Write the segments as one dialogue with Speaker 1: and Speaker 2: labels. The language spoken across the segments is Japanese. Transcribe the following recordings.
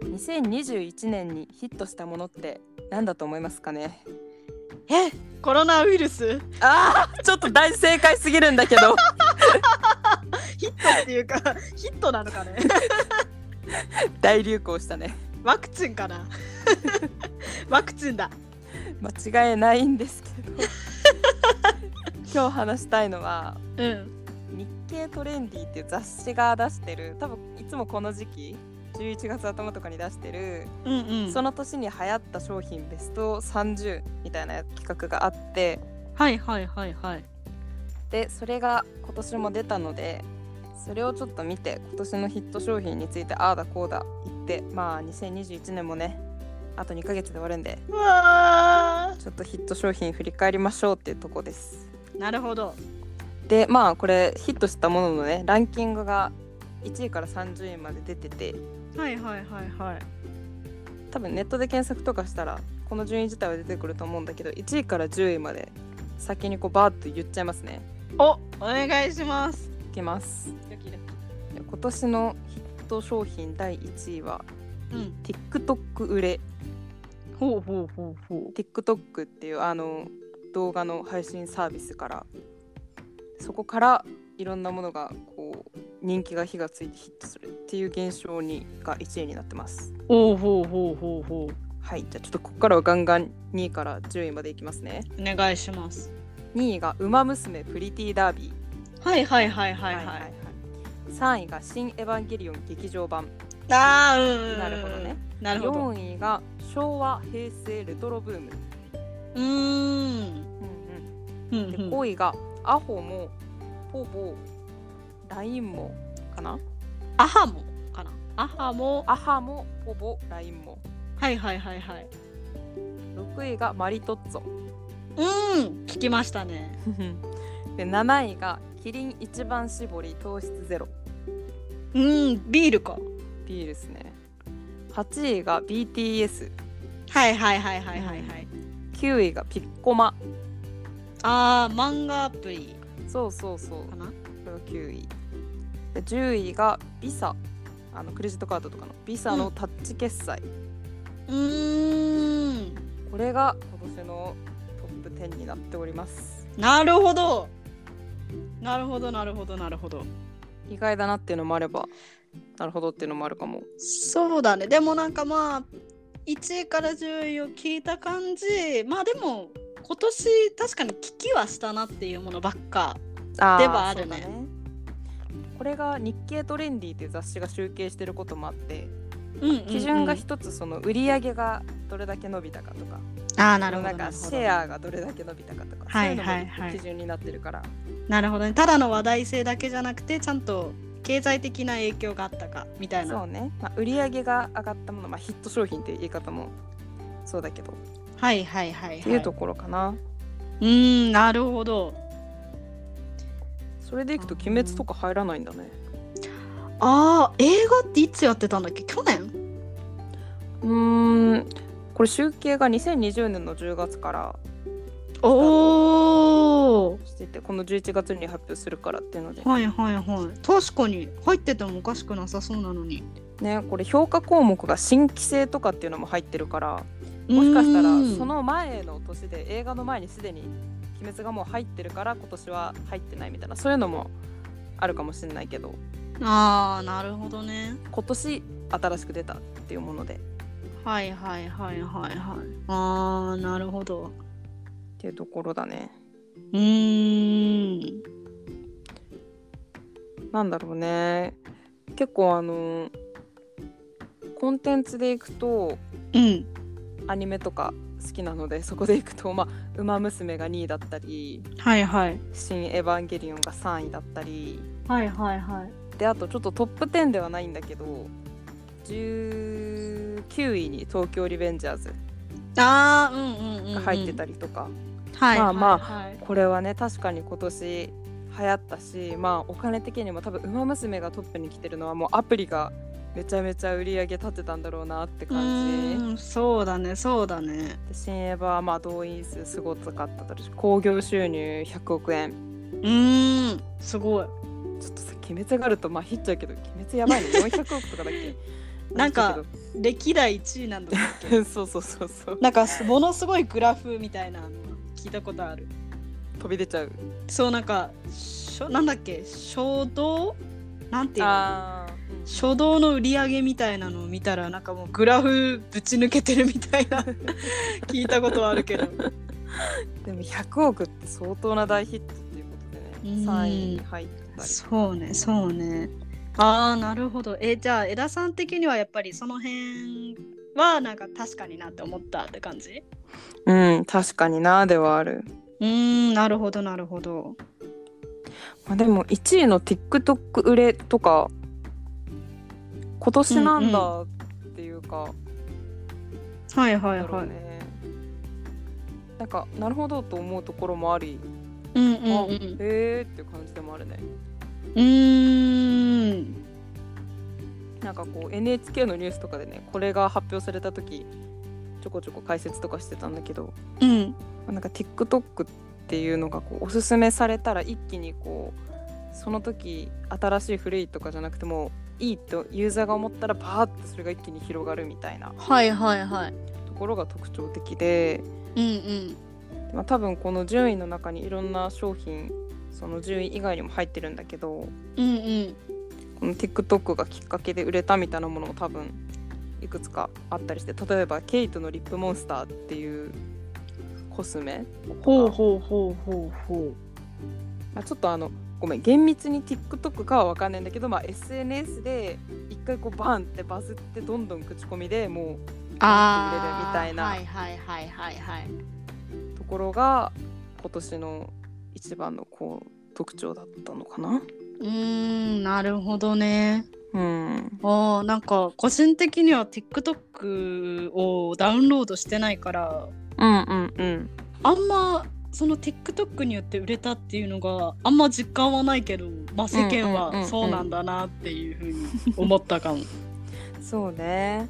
Speaker 1: 2021年にヒットしたものって何だと思いますかね
Speaker 2: えコロナウイルス
Speaker 1: あーちょっと大正解すぎるんだけ ど
Speaker 2: ヒットっていうか ヒットなのか ね
Speaker 1: 大流行したね
Speaker 2: ワクチンかな ワクチンだ
Speaker 1: 間違えないんですけ ど今日話したいのは
Speaker 2: うん
Speaker 1: 日経トレンディっていう雑誌が出してる多分いつもこの時期11月頭とかに出してる、
Speaker 2: うんうん
Speaker 1: その年に流行った商品ベスト30みたいな企画があって
Speaker 2: はいはいはいはい
Speaker 1: でそれが今年も出たのでそれをちょっと見て今年のヒット商品についてああだこうだ言ってまあ2021年もねあと2ヶ月で終わるんで
Speaker 2: うわ
Speaker 1: ちょっとヒット商品振り返りましょうっていうとこです。
Speaker 2: ーなるほど
Speaker 1: でまあこれヒットしたもののねランキングが1位から30位まで出てて
Speaker 2: はいはいはいはい
Speaker 1: 多分ネットで検索とかしたらこの順位自体は出てくると思うんだけど1位から10位まで先にこうバーッと言っちゃいますね。
Speaker 2: おお願いします
Speaker 1: いきます。で今年のヒット商品第1位は
Speaker 2: うん
Speaker 1: TikTok 売れ
Speaker 2: ほうほうほうほ
Speaker 1: TikTok っていうあの動画の配信サービスからそこからいろんなものがこう人気が火がついてヒットするっていう現象にが1位になってます
Speaker 2: うほうほうほうほうほう
Speaker 1: はいじゃあちょっとここからはガンガン2位から10位までいきますね
Speaker 2: お願いします
Speaker 1: 2位が「ウマ娘プリティダービー
Speaker 2: はいはいはいは」いはい、
Speaker 1: 3位が「新エヴァンゲリオン劇場版
Speaker 2: ああうんうんうん」
Speaker 1: なるほどね
Speaker 2: なるほど
Speaker 1: 4位が「昭和平成レトロブーム」
Speaker 2: うーん
Speaker 1: うんうん
Speaker 2: うん
Speaker 1: で
Speaker 2: うん
Speaker 1: 5位がアホもポボラインもかな
Speaker 2: アハもかなアハも
Speaker 1: アハもポボラインも
Speaker 2: はいはいはいはい
Speaker 1: 6位がマリトッツォ
Speaker 2: うん聞きましたね
Speaker 1: で7位がキリン一番搾り糖質ゼロ
Speaker 2: うんビールか
Speaker 1: ビールですね8位が BTS9
Speaker 2: はいはいはいはいはいはい
Speaker 1: 位がピッコマ
Speaker 2: あー漫画アプリ
Speaker 1: そうそうそう
Speaker 2: かな
Speaker 1: これが9位で10位がビサあのクレジットカードとかのビサのタッチ決済、
Speaker 2: うーん
Speaker 1: これが今年のトップ10になっております
Speaker 2: なるほどなるほどなるほどなるほど
Speaker 1: 意外だなっていうのもあればなるほどっていうのもあるかも
Speaker 2: そうだねでもなんかまあ1位から10位を聞いた感じまあでも今年確かに聞きはしたなっていうものばっか
Speaker 1: あー
Speaker 2: ではあるね
Speaker 1: そうだこれが「日経トレンディ」っていう雑誌が集計してることもあって
Speaker 2: うんうんうん
Speaker 1: 基準が一つその売り上げがどれだけ伸びたかとか
Speaker 2: ああなるほど
Speaker 1: んかシ
Speaker 2: ア
Speaker 1: ェアがどれだけ伸びたかとか、
Speaker 2: はい
Speaker 1: そうい
Speaker 2: はい
Speaker 1: うの
Speaker 2: は
Speaker 1: も
Speaker 2: い
Speaker 1: 基準になってるから、
Speaker 2: なるほどねただの話題性だけじゃなくてちゃんと経済的な影響があったかみたい
Speaker 1: そう
Speaker 2: な
Speaker 1: ね、まあ、売り上げが上がったもの、まあ、ヒット商品っていう言い方もそうだけど、
Speaker 2: はいはいはいはい
Speaker 1: っていうところかな
Speaker 2: うーんなるほど
Speaker 1: それでいくと「鬼滅」とか入らないんだね
Speaker 2: あー映画っていつやってたんだっけ去年
Speaker 1: うーんこれ集計が2020年の10月から
Speaker 2: おお
Speaker 1: しててこの11月に発表するからっていうので、
Speaker 2: はいはいはい確かに入っててもおかしくなさそうなのに
Speaker 1: ね、これ評価項目が新規性とかっていうのも入ってるから
Speaker 2: も
Speaker 1: もしかしたらその前の年で映画の前にすでに「鬼滅」がもう入ってるから今年は入ってないみたいなそういうのもあるかもしれないけど
Speaker 2: ああなるほどね
Speaker 1: 今年新しく出たっていうものでっ
Speaker 2: はいはいはいはいはいああなるほど
Speaker 1: ていうところだね。
Speaker 2: うーん
Speaker 1: なんだろうね結構あのコンテンツでいくと
Speaker 2: うん
Speaker 1: アニメとか好きなのでそこでいくと「まあ、ウマ娘」が2位だったり
Speaker 2: はいはい
Speaker 1: 新エヴァンゲリオンが3位だったり
Speaker 2: はいはいはい
Speaker 1: であとちょっとトップ10ではないんだけど19位に東京リベンジャーズ
Speaker 2: ああうんうんうん、うん、
Speaker 1: が入ってたりとか、
Speaker 2: はい
Speaker 1: まあまあ
Speaker 2: はいはい
Speaker 1: これはね確かに今年流行ったしまあお金的にも多分「ウマ娘」がトップに来てるのはもうアプリがめちゃめちゃ売り上げ立てたんだろうなって
Speaker 2: う
Speaker 1: 感じ。
Speaker 2: ーんそうだねそうだね
Speaker 1: で新エヴァはまあ動員数すごかったし興行収入100億円
Speaker 2: うーんすごい
Speaker 1: ちょっとさ「鬼滅」があるとまあヒッちゃうけど「鬼滅」やばいね400億とかだっけ
Speaker 2: なんか
Speaker 1: 忘れた
Speaker 2: 歴代1位なんだっ
Speaker 1: け
Speaker 2: け
Speaker 1: ど そうそうそうそう
Speaker 2: なんかものすごいグラフみたいなの聞いたことある
Speaker 1: 飛び出ちゃう
Speaker 2: そうなんかしょなんだっけ衝動なんていうの
Speaker 1: ああ
Speaker 2: 初動の売り上げみたいなのを見たらなんかもうグラフぶち抜けてるみたい な聞いたことはあるけど
Speaker 1: でも100億って相当な大ヒットっていうことでね
Speaker 2: うん
Speaker 1: 3位に入ったり
Speaker 2: そうねそうねああなるほどえじゃあ枝さん的にはやっぱりその辺はなんか確かになって思ったって感じ
Speaker 1: うん確かになではある、
Speaker 2: うーんなるほどなるほど
Speaker 1: まあ、でも1位の TikTok 売れとか今年なんだっていうか、
Speaker 2: はいはい
Speaker 1: なんだろ
Speaker 2: はいう
Speaker 1: ねなんかなるほどと思うところもあり、
Speaker 2: うん
Speaker 1: あ
Speaker 2: うんう
Speaker 1: へ
Speaker 2: ん
Speaker 1: えっていう感じでもあるね
Speaker 2: うーん
Speaker 1: なんかこう NHK のニュースとかでねこれが発表された時ちょこちょこ解説とかしてたんだけど、
Speaker 2: うん
Speaker 1: なんか TikTok っていうのがこうおすすめされたら一気にこうその時新しい古いとかじゃなくてもういいとユーザーが思ったらバーってそれが一気に広がるみたいな
Speaker 2: はいはいはい
Speaker 1: ところが特徴的で、
Speaker 2: うん
Speaker 1: まあ、多分この順位の中にいろんな商品その順位以外にも入ってるんだけど
Speaker 2: うんうんうん
Speaker 1: この TikTok がきっかけで売れたみたいなものも多分いくつかあったりして例えばケイトのリップモンスターっていうコスメ
Speaker 2: ほうほうほうほうほ
Speaker 1: まあ、ちょっとあのごめん厳密に TikTok かは分かんないんだけど、まあ、SNS で一回こうバンってバズってどんどん口コミでも
Speaker 2: う
Speaker 1: あー
Speaker 2: あ
Speaker 1: はい
Speaker 2: はいはいはいはいう
Speaker 1: ところが今年の一番のこう特徴だったのかな
Speaker 2: うーんなるほどね
Speaker 1: うん
Speaker 2: あーなんか個人的には TikTok をダウンロードしてないから
Speaker 1: うんうんうん
Speaker 2: あんまその TikTok によって売れたっていうのがあんま実感はないけど、まあ、世
Speaker 1: うんう
Speaker 2: 間
Speaker 1: んうん
Speaker 2: は
Speaker 1: うん
Speaker 2: そうなんだなっていうふうに思ったかも。
Speaker 1: そうね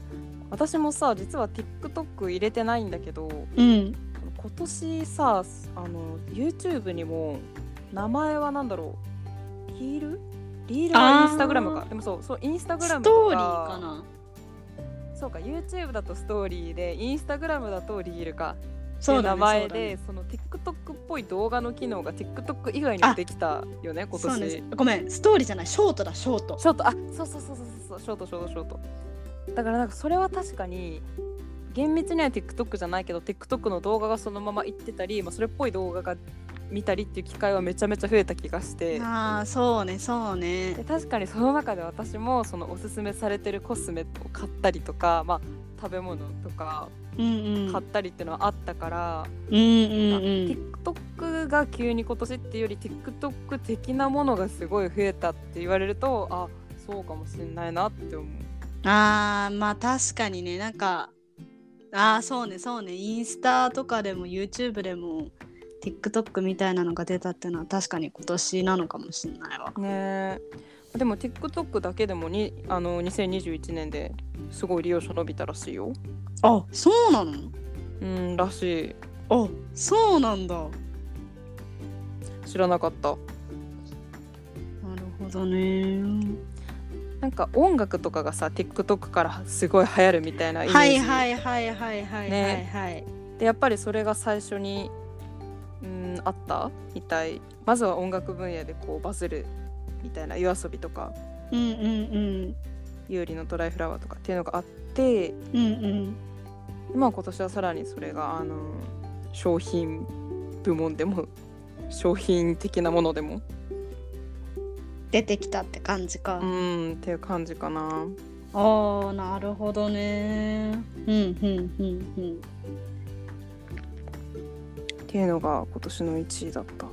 Speaker 1: 私もさ実は TikTok 入れてないんだけど
Speaker 2: うん、
Speaker 1: 今年さあの YouTube にも名前は何だろうヒールリールはインスタグラム
Speaker 2: あ
Speaker 1: かでもそうそうインスタグラ
Speaker 2: ス
Speaker 1: ム
Speaker 2: ト
Speaker 1: とか
Speaker 2: ーリーかな
Speaker 1: そうか YouTube だとストーリーでインスタグラムだとリールかってい
Speaker 2: そううだ
Speaker 1: 名
Speaker 2: ね
Speaker 1: 前でそ,、の TikTok っぽい動画の機能が TikTok 以外にもできたよね今
Speaker 2: そうだねそう
Speaker 1: 年
Speaker 2: ね
Speaker 1: シ
Speaker 2: ごめんストーリーじゃないショートだショート。
Speaker 1: ョートあそうそうそうそうそうショートショートショートだからなんかそれは確かに厳密には TikTok じゃないけど TikTok の動画がそのまま行ってたり、まあ、それっぽい動画が見たりっていう機会はめちゃめちゃ増えた気がして
Speaker 2: ああそうねそうね
Speaker 1: で確かにその中で私もそのおすすめされてるコスメを買ったりとか、まあ、食べ物とか
Speaker 2: うんうん
Speaker 1: 買ったりっていうのはあったから、
Speaker 2: うんうんうん
Speaker 1: TikTok が急に今年っていうより TikTok 的なものがすごい増えたって言われるとあそうかもしれないなって思う
Speaker 2: あーまあ確かにねなんかああそうねそうねインスタとかでも YouTube でも TikTok みたいなのが出たっていうのは確かに今年なのかもしれないわ。
Speaker 1: ねえでも TikTok だけでもにあの2021年ですごい利用者伸びたらしいよ
Speaker 2: あそうなの
Speaker 1: うんらし
Speaker 2: あそうなんだ。
Speaker 1: い知らなかった
Speaker 2: なるほどね。
Speaker 1: なんか音楽とかがさ TikTok からすごい流行るみたいなイメージ、
Speaker 2: はいはいはいはいはいはいはい。
Speaker 1: でやっぱりそれが最初にうんあったみたいまずは音楽分野でこうバズるみたいな夜遊びとか
Speaker 2: うんうん
Speaker 1: 有利のドライフラワーとかっていうのがあって
Speaker 2: うんうんうん。
Speaker 1: まあ今年はさらにそれがあの商品部門でも商品的なものでも
Speaker 2: 出てきたって感じか。
Speaker 1: うんっていう感じかな
Speaker 2: ああなるほどね。うんうんうんうん。
Speaker 1: っていうのが今年の1位だった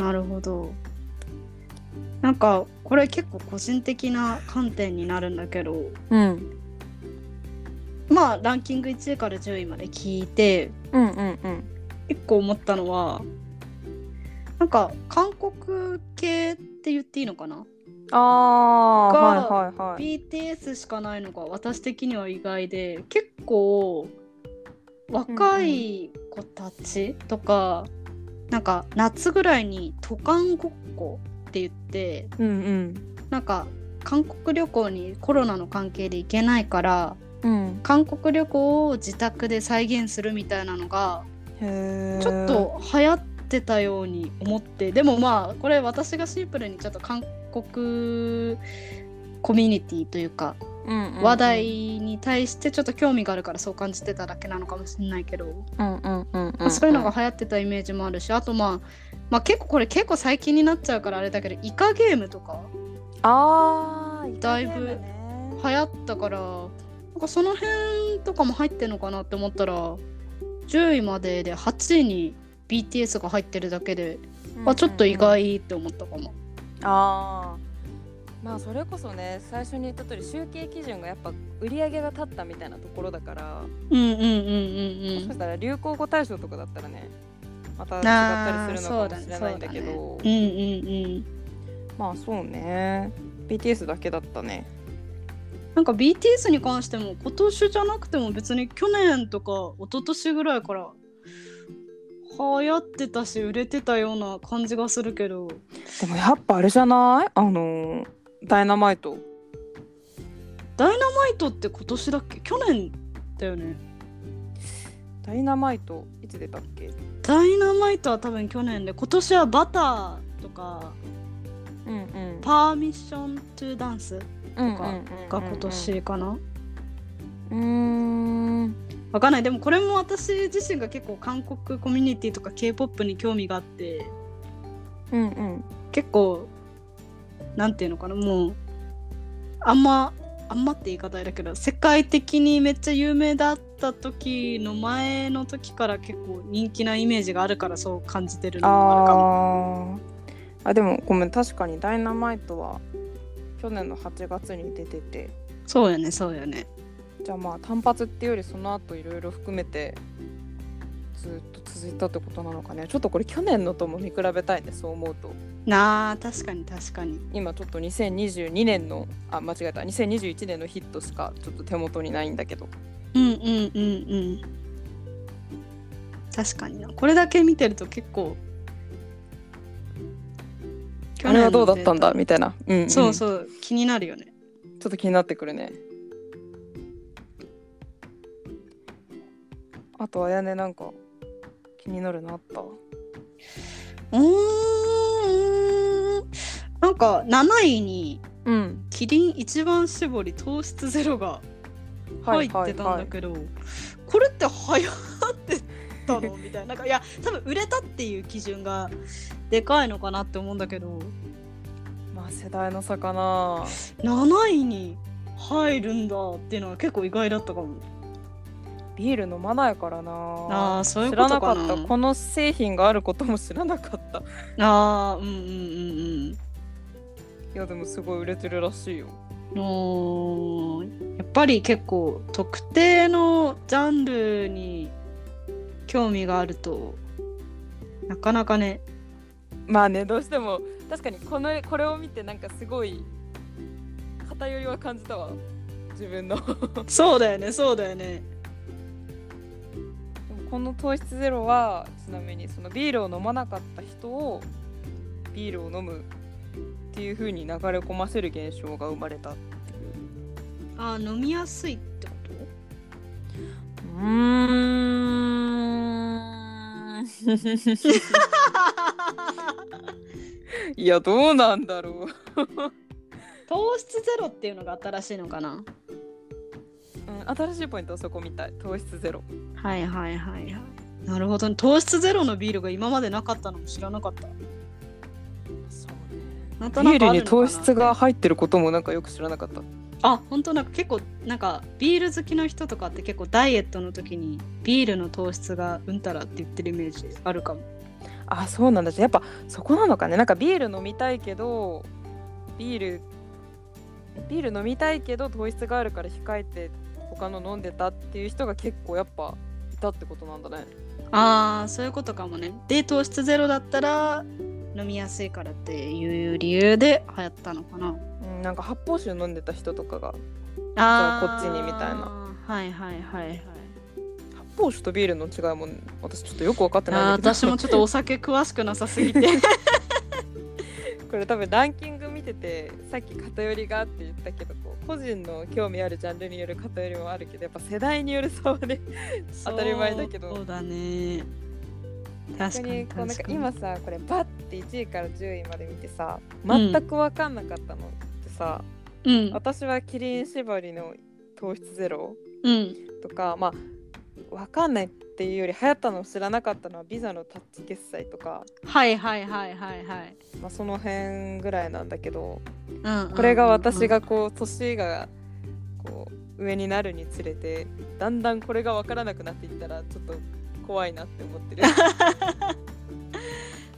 Speaker 2: なるほど。なんかこれ結構個人的な観点になるんだけど
Speaker 1: うん
Speaker 2: まあランキング1位から10位まで聞いて
Speaker 1: うんうんうん
Speaker 2: 結構思ったのはなんか韓国系って言っていいのかな、
Speaker 1: ああ
Speaker 2: が
Speaker 1: はいはいはい
Speaker 2: ?BTS しかないのが私的には意外で結構若い子たちとか、なんか夏ぐらいに「渡韓ごっこ」って言って
Speaker 1: うんうん
Speaker 2: なんか韓国旅行にコロナの関係で行けないから
Speaker 1: うん、
Speaker 2: 韓国旅行を自宅で再現するみたいなのが
Speaker 1: へー
Speaker 2: ちょっと流行ってたように思ってでもまあこれ私がシンプルにちょっと韓国コミュニティというか
Speaker 1: うんうんうん
Speaker 2: 話題に対してちょっと興味があるからそう感じてただけなのかもしれないけど、
Speaker 1: うんうんうん
Speaker 2: まあ、そういうのが流行ってたイメージもあるしあとまあまあ結構これ結構最近になっちゃうからあれだけどイカゲームとか
Speaker 1: あー
Speaker 2: だいぶ流行ったからなんかその辺とかも入ってんのかなって思ったら10位までで8位に BTS が入ってるだけで、あちょっと意
Speaker 1: い
Speaker 2: 外って思ったかも。
Speaker 1: あーまあそれこそね最初に言った通り集計基準がやっぱ売り上げが立ったみたいなところだから、
Speaker 2: うんうんうん
Speaker 1: も
Speaker 2: う
Speaker 1: し
Speaker 2: ん
Speaker 1: かしたら流行語大賞とかだったらねまた違ったりするのかもしれないんだけ
Speaker 2: あー
Speaker 1: ど
Speaker 2: うんうんうん。
Speaker 1: まあそうね BTS だけだったね
Speaker 2: なんか BTS に関しても今年じゃなくても別に去年とか一昨年ぐらいから流行ってたし売れてたような感じがするけど
Speaker 1: でもやっぱあれじゃないあのーダイナマイト
Speaker 2: ダイナマイトって今年だっけ去年だよね
Speaker 1: ダイナマイトいつ出たっけ
Speaker 2: ダイナマイトは多分去年で今年はバターとか
Speaker 1: うんうん
Speaker 2: パーミッショントゥダンス
Speaker 1: と
Speaker 2: かが今年かな、
Speaker 1: うーん
Speaker 2: わかんないでもこれも私自身が結構韓国コミュニティとか K-POP に興味があって
Speaker 1: うんうん
Speaker 2: 結構なんていうのかなもうあんまあんまって言い方あれだけど世界的にめっちゃ有名だった時の前の時から結構人気なイメージがあるからそう感じてるのもあるかも。
Speaker 1: あーあでもごめん確かに「ダイナマイトは去年の8月に出てて
Speaker 2: そうよねそうよね。
Speaker 1: じゃあまあ単発っていうよりその後いろいろ含めてずっと続いたってことなのかねちょっとこれ去年のとも見比べたいねそう思うと
Speaker 2: なあ確かに確かに。
Speaker 1: 今ちょっと2022年のあ間違えた2021年のヒットしかちょっと手元にないんだけど
Speaker 2: うんうんうんうん。確かになこれだけ見てると結構
Speaker 1: あれはどうだったん
Speaker 2: だ
Speaker 1: だみたいな、うんうん
Speaker 2: そうそう気になるよね。
Speaker 1: ちょっと気になってくるね。あとあやねなんか気になるのあった。
Speaker 2: うーんなんか7位に
Speaker 1: うん。
Speaker 2: キリン一番搾り糖質ゼロが入ってたんだけど、これって流行ってたのみたいななんかいや多分売れたっていう基準がでかいのかなって思うんだけど
Speaker 1: まあ世代の差かな。
Speaker 2: 7位に入るんだっていうのは結構意外だったかも。
Speaker 1: ビール飲まないからな。
Speaker 2: あーそういう
Speaker 1: 知
Speaker 2: こと
Speaker 1: ら
Speaker 2: か
Speaker 1: な
Speaker 2: な
Speaker 1: かった。この製品があることも知らなかった。い
Speaker 2: あーうんうんうんうん。
Speaker 1: やでもすごい売れてるらしいよ。
Speaker 2: おーやっぱり結構特定のジャンルに興味があるとなかなかね
Speaker 1: まあねどうしても確かにこのこれを見てなんかすごい偏りは感じたわ自分の。
Speaker 2: そうだよねそうだよね
Speaker 1: でもこの糖質ゼロはちなみにそのビールを飲まなかった人をビールを飲むっていう風に流れ込ませる現象が生まれたっていう
Speaker 2: あー飲みやすいってこ
Speaker 1: うーんいやどうなんだろ
Speaker 2: と 糖質ゼロっていうのが新しいのかな
Speaker 1: う、うん、新しいポイントはそこみたい糖質ゼロ
Speaker 2: はいはいはいはいなるほど、ね、糖質ゼロのビールが今までなかったのも知らなかったなんとな
Speaker 1: ビール
Speaker 2: くあるのかな
Speaker 1: に糖質が入ってることもなんかよく知らなかった
Speaker 2: あ本当なんか結構なんかビール好きの人とかって結構ダイエットの時にビールの糖質がうんたらって言ってるイメージあるかも
Speaker 1: あそうなんだやっぱそこなのかねなんかビール飲みたいけどビールビール飲みたいけど糖質があるから控えて他の飲んでたっていう人が結構やっぱいたってことなんだね
Speaker 2: あーそういうことかもねで糖質ゼロだったら飲みやすいからっていう理由で流行ったのかな
Speaker 1: うんなんか発泡酒飲んでた人とかが
Speaker 2: あ
Speaker 1: じゃあこっちにみたい
Speaker 2: なはいはいはいはい
Speaker 1: 発泡酒とビールの違いも私ちょっとよく分かって
Speaker 2: あ
Speaker 1: ない
Speaker 2: ー
Speaker 1: んだけど
Speaker 2: 私もちょっとお酒詳しくなさすぎて
Speaker 1: これ多分ランキング見てててさっき偏りがあって言ったけどこう個人の興味あるジャンルによる偏りもあるけどやっぱ世代による差はね 当たり前だけど
Speaker 2: そうだね
Speaker 1: 本
Speaker 2: 確か
Speaker 1: 当に
Speaker 2: に
Speaker 1: こうなん
Speaker 2: 確
Speaker 1: か
Speaker 2: かに
Speaker 1: 今さこれバッて1位から10位まで見てさ全く分かんなかったのってさ、
Speaker 2: うん
Speaker 1: 私はキリン縛りの糖質ゼロ
Speaker 2: うん
Speaker 1: とかまあ分かんないっていうより流行ったのを知らなかったのはビザのタッチ決済とか、
Speaker 2: はいはいはいはいはい
Speaker 1: まあ、その辺ぐらいなんだけど
Speaker 2: うんうん
Speaker 1: これが私がこう年がこう上になるにつれてだんだんこれが分からなくなっていったらちょっと怖いなって思ってる。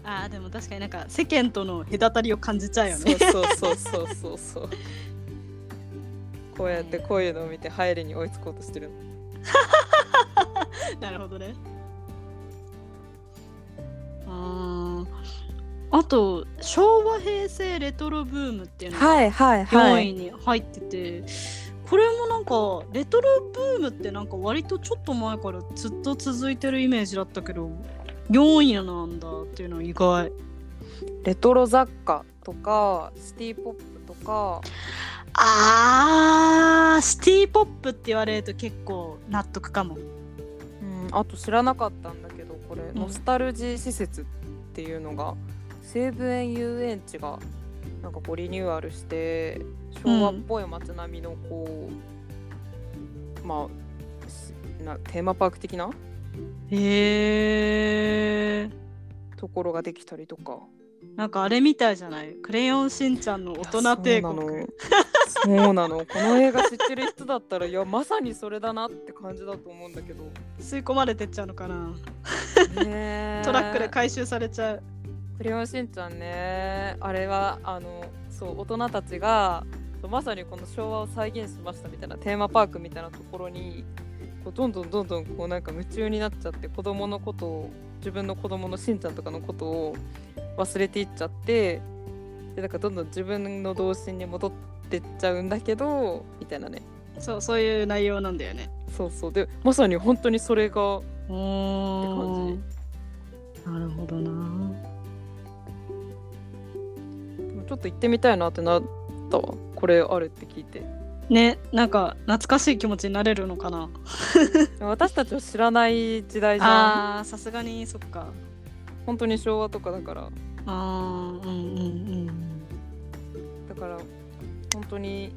Speaker 2: あーでも確かになんか世間との隔たりを感じちゃうよね
Speaker 1: そうそうそうそうそうそうこうやってこういうのを見て流行りに追いつこうとしてるの
Speaker 2: なるほどねあーあと昭和平成レトロブームっていうのが
Speaker 1: いはい
Speaker 2: 4位に入ってて、これもなんかレトロブームってなんか割とちょっと前からずっと続いてるイメージだったけど4位なんだっていうのは意外
Speaker 1: レトロ雑貨とかシティポップとか
Speaker 2: あーシティポップって言われると結構納得かも
Speaker 1: うんあと知らなかったんだけどこれ、
Speaker 2: ん
Speaker 1: ノスタルジー施設っていうのが西武園遊園地がなんかこうリニューアルして昭和っぽい街並みのこう、まあしなテーマパーク的な
Speaker 2: へえ
Speaker 1: ところができたりとか。
Speaker 2: なんかあれみたいじゃないクレヨンしんちゃんの大人帝国
Speaker 1: そうなのそうなのこの映画知ってる人だったらいやまさにそれだなって感じだと思うんだけ ど、
Speaker 2: 吸い込まれてっちゃうのかな
Speaker 1: ね
Speaker 2: トラックで回収されちゃう
Speaker 1: クレヨンしんちゃんねあれはあのそう大人たちがそうまさにこの昭和を再現しましたみたいなテーマパークみたいなところにこうどんどんどんどんこうなんか夢中になっちゃって子供のことを自分の子供のしんちゃんとかのことを忘れていっちゃってでなんかどんどん自分の童心に戻ってっちゃうんだけどみたいなね
Speaker 2: そうそういう内容なんだよね
Speaker 1: そうそうでまさに本当にそれが
Speaker 2: お
Speaker 1: ー
Speaker 2: なるほどな
Speaker 1: ちょっと行ってみたいなってなったわこれあるって聞いて
Speaker 2: ねなんか懐かしい気持ちになれるのかな
Speaker 1: 私たちは知らない時代じゃん
Speaker 2: あーさすがにそっか
Speaker 1: 本当に昭和とかだから
Speaker 2: あーうんうんうん
Speaker 1: だから本当に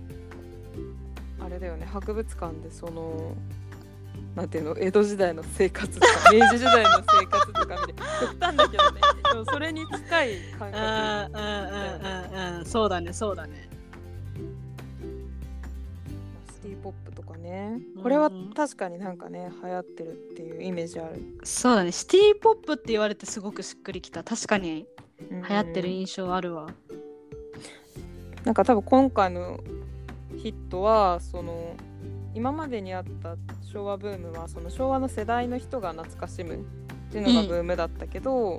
Speaker 1: あれだよね博物館でそのなんていうの江戸時代の生活とか 明治時代の生活とか見て極端だけどねでもそれに近い感覚
Speaker 2: あーうんうんうんうんそうだねそうだね
Speaker 1: シティ・ポップとかね
Speaker 2: うん
Speaker 1: これは確かになんかね流行ってるっていうイメージある、
Speaker 2: そうだねシティポップって言われてすごくしっくりきた確かに流行ってる印象あるわ
Speaker 1: なんか多分今回のヒットはその今までにあった昭和ブームはその昭和の世代の人が懐かしむっていうのがブームだったけど、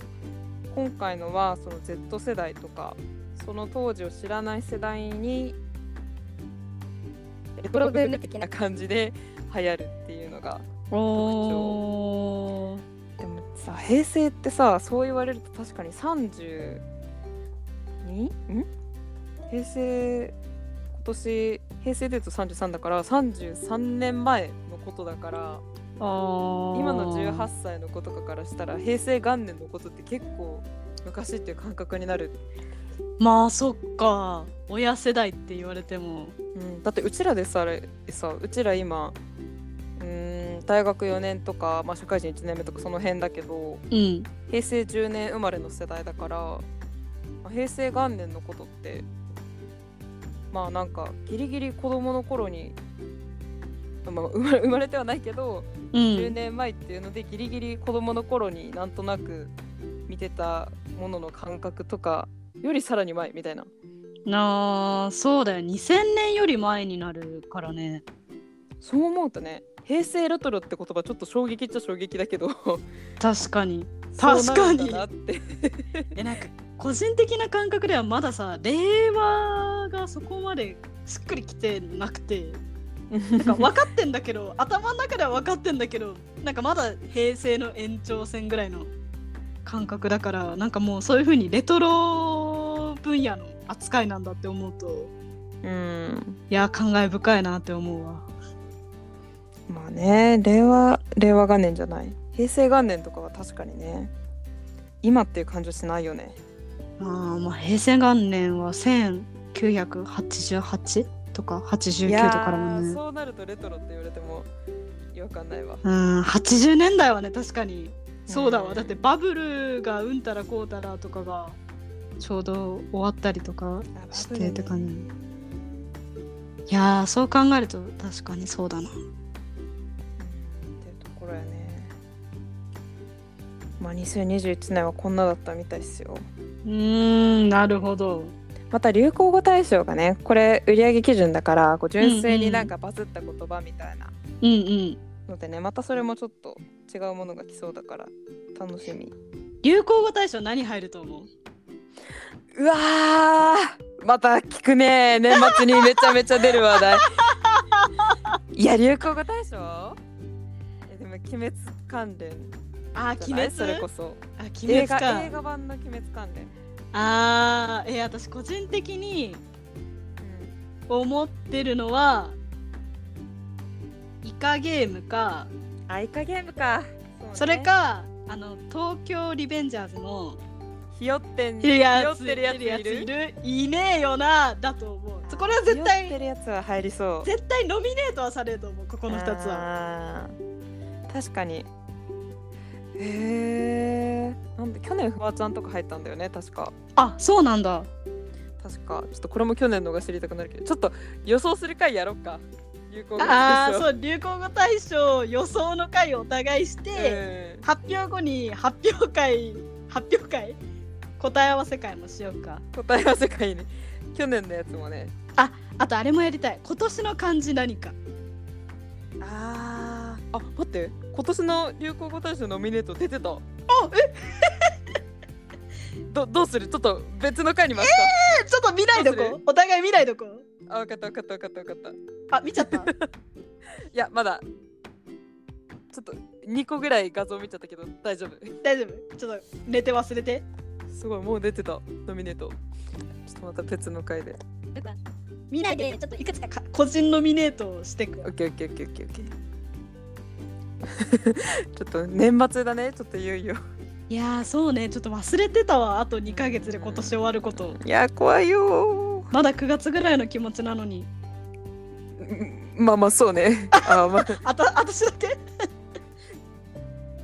Speaker 1: 今回のはその Z 世代とかその当時を知らない世代にレトロブーム的な感じで流行るっていうのが
Speaker 2: おー
Speaker 1: でもさ平成ってさそう言われると確かに 32? ん平成今年平成で言うと33だから33年前のことだから
Speaker 2: あー
Speaker 1: 今の18歳の子とかからしたら平成元年のことって結構昔っていう感覚になる、
Speaker 2: まあそっか親世代って言われても
Speaker 1: うん、だってうちらでさあれさうちら今うーん大学4年とか、まあ、社会人1年目とかその辺だけど
Speaker 2: うん
Speaker 1: 平成10年生まれの世代だからまあ平成元年のことってまあなんかギリギリ子供の頃に、まあ、生まれ 生まれてはないけど、
Speaker 2: う
Speaker 1: 10
Speaker 2: ん
Speaker 1: 年前っていうのでギリギリ子供の頃になんとなく見てたものの感覚とかよりさらに前みたいな
Speaker 2: なあそうだよ2000年より前になるからね
Speaker 1: そう思うとね平成レトロって言葉ちょっと衝撃っちゃ衝撃だけど
Speaker 2: 確かに
Speaker 1: そうなるん
Speaker 2: 確かに
Speaker 1: だな って
Speaker 2: えなんか個人的な感覚ではまださ令和がそこまでしっくりきてなくてなんか分かってんだけど頭の中では分かってんだけどなんかまだ平成の延長線ぐらいの感覚だからなんかもうそういう風にレトロ分野の扱いなんだって思うと
Speaker 1: うん
Speaker 2: いや感慨深いなって思うわ
Speaker 1: まあね令和令和元年じゃない平成元年とかは確かにね今っていう感じはしないよね
Speaker 2: あーまあ平成元年は1988とか89
Speaker 1: い
Speaker 2: とか
Speaker 1: や
Speaker 2: だもん
Speaker 1: ー
Speaker 2: ね
Speaker 1: そうなるとレトロって言われてもよくわかんないわ
Speaker 2: うん80年代はね確かにそうだわ、
Speaker 1: うん
Speaker 2: だってバブルがうんたらこうたらとかがちょうど終わったりとかし
Speaker 1: バブルね
Speaker 2: てって感じ、いやーそう考えると確かにそうだな
Speaker 1: っていうところやねまあ2021年はこんなだったみたいですよ
Speaker 2: うーんなるほど
Speaker 1: また流行語大賞がねこれ売上基準だからこう純粋になんかバズった言葉みたいな
Speaker 2: うんうん
Speaker 1: のでねまたそれもちょっと違うものが来そうだから楽しみ
Speaker 2: 流行語大賞何入ると思う
Speaker 1: うわーまた聞くね年末にめちゃめちゃ出る話 題いや流行語大賞えでも鬼滅関連
Speaker 2: あ
Speaker 1: じゃないそれこそ
Speaker 2: あ鬼
Speaker 1: 映
Speaker 2: 滅か
Speaker 1: 画映画版の鬼滅関連、
Speaker 2: あーえー私個人的に
Speaker 1: うん
Speaker 2: 思ってるのはイカゲームか
Speaker 1: あイカゲームかそ,、
Speaker 2: それかあの東京リベンジャーズの
Speaker 1: ひよってん
Speaker 2: い
Speaker 1: ひ
Speaker 2: る
Speaker 1: よ
Speaker 2: や
Speaker 1: っ
Speaker 2: つ
Speaker 1: てるやつい
Speaker 2: いる
Speaker 1: る
Speaker 2: いねえよなだと思うそこれは絶
Speaker 1: ひよって
Speaker 2: 対
Speaker 1: るやつは入りそう
Speaker 2: 絶対ノミネートはされると思うここの2つは
Speaker 1: は確かにへえなんで去年フワちゃんとか入ったんだよね確か
Speaker 2: あそうなんだ
Speaker 1: 確かちょっとこれも去年のが知りたくなるけどちょっと予想する回やろっか流行語
Speaker 2: ああ
Speaker 1: 大賞
Speaker 2: そう流行語大賞予想の回をお互いして、
Speaker 1: うん
Speaker 2: 発表後に発表会発表会答え合わせ会もしようか
Speaker 1: 答え合わせ会に去年のやつもね
Speaker 2: あとあれもやりたい今年の漢字何か
Speaker 1: あああ待って今年の流行語大賞ノミネート出てたあえ どどうするちょっと別の回に回すか、
Speaker 2: えちょっと見ないど
Speaker 1: どうす
Speaker 2: こお互い見ないどこ
Speaker 1: あ分かった分かった分かった分かったい
Speaker 2: あ見ちゃった
Speaker 1: やまだちょっと2個ぐらい画像見ちゃったけど大丈夫
Speaker 2: 大丈夫ちょっと寝て忘れて
Speaker 1: すごいもう出てたノミネートちょっとまた別の回で
Speaker 2: 見ないでちょっといくつか個人ノミネートをしてく
Speaker 1: オッケーオッケーオッケーオッケーオッケー ちょっと年末だねちょっといよいよ
Speaker 2: いやーそうねちょっと忘れてたわあと2ヶ月で今年終わること
Speaker 1: いや怖いよー
Speaker 2: まだ9月ぐらいの気持ちなのに
Speaker 1: うんまあまあそうねあーまあ
Speaker 2: あた私だけ
Speaker 1: い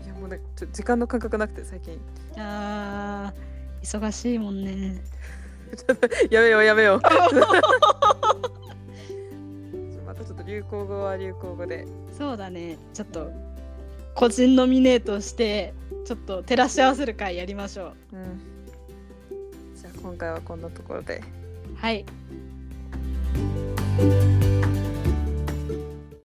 Speaker 1: やもうねちょ時間の感覚なくて最近
Speaker 2: あー忙しいもん ね
Speaker 1: やめようやめようまたちょっと流行語は流行語で
Speaker 2: そうだねちょっと個人ノミネートしてちょっと照らし合わせる会やりましょ
Speaker 1: うんじゃあ今回はこんなところで
Speaker 2: うはい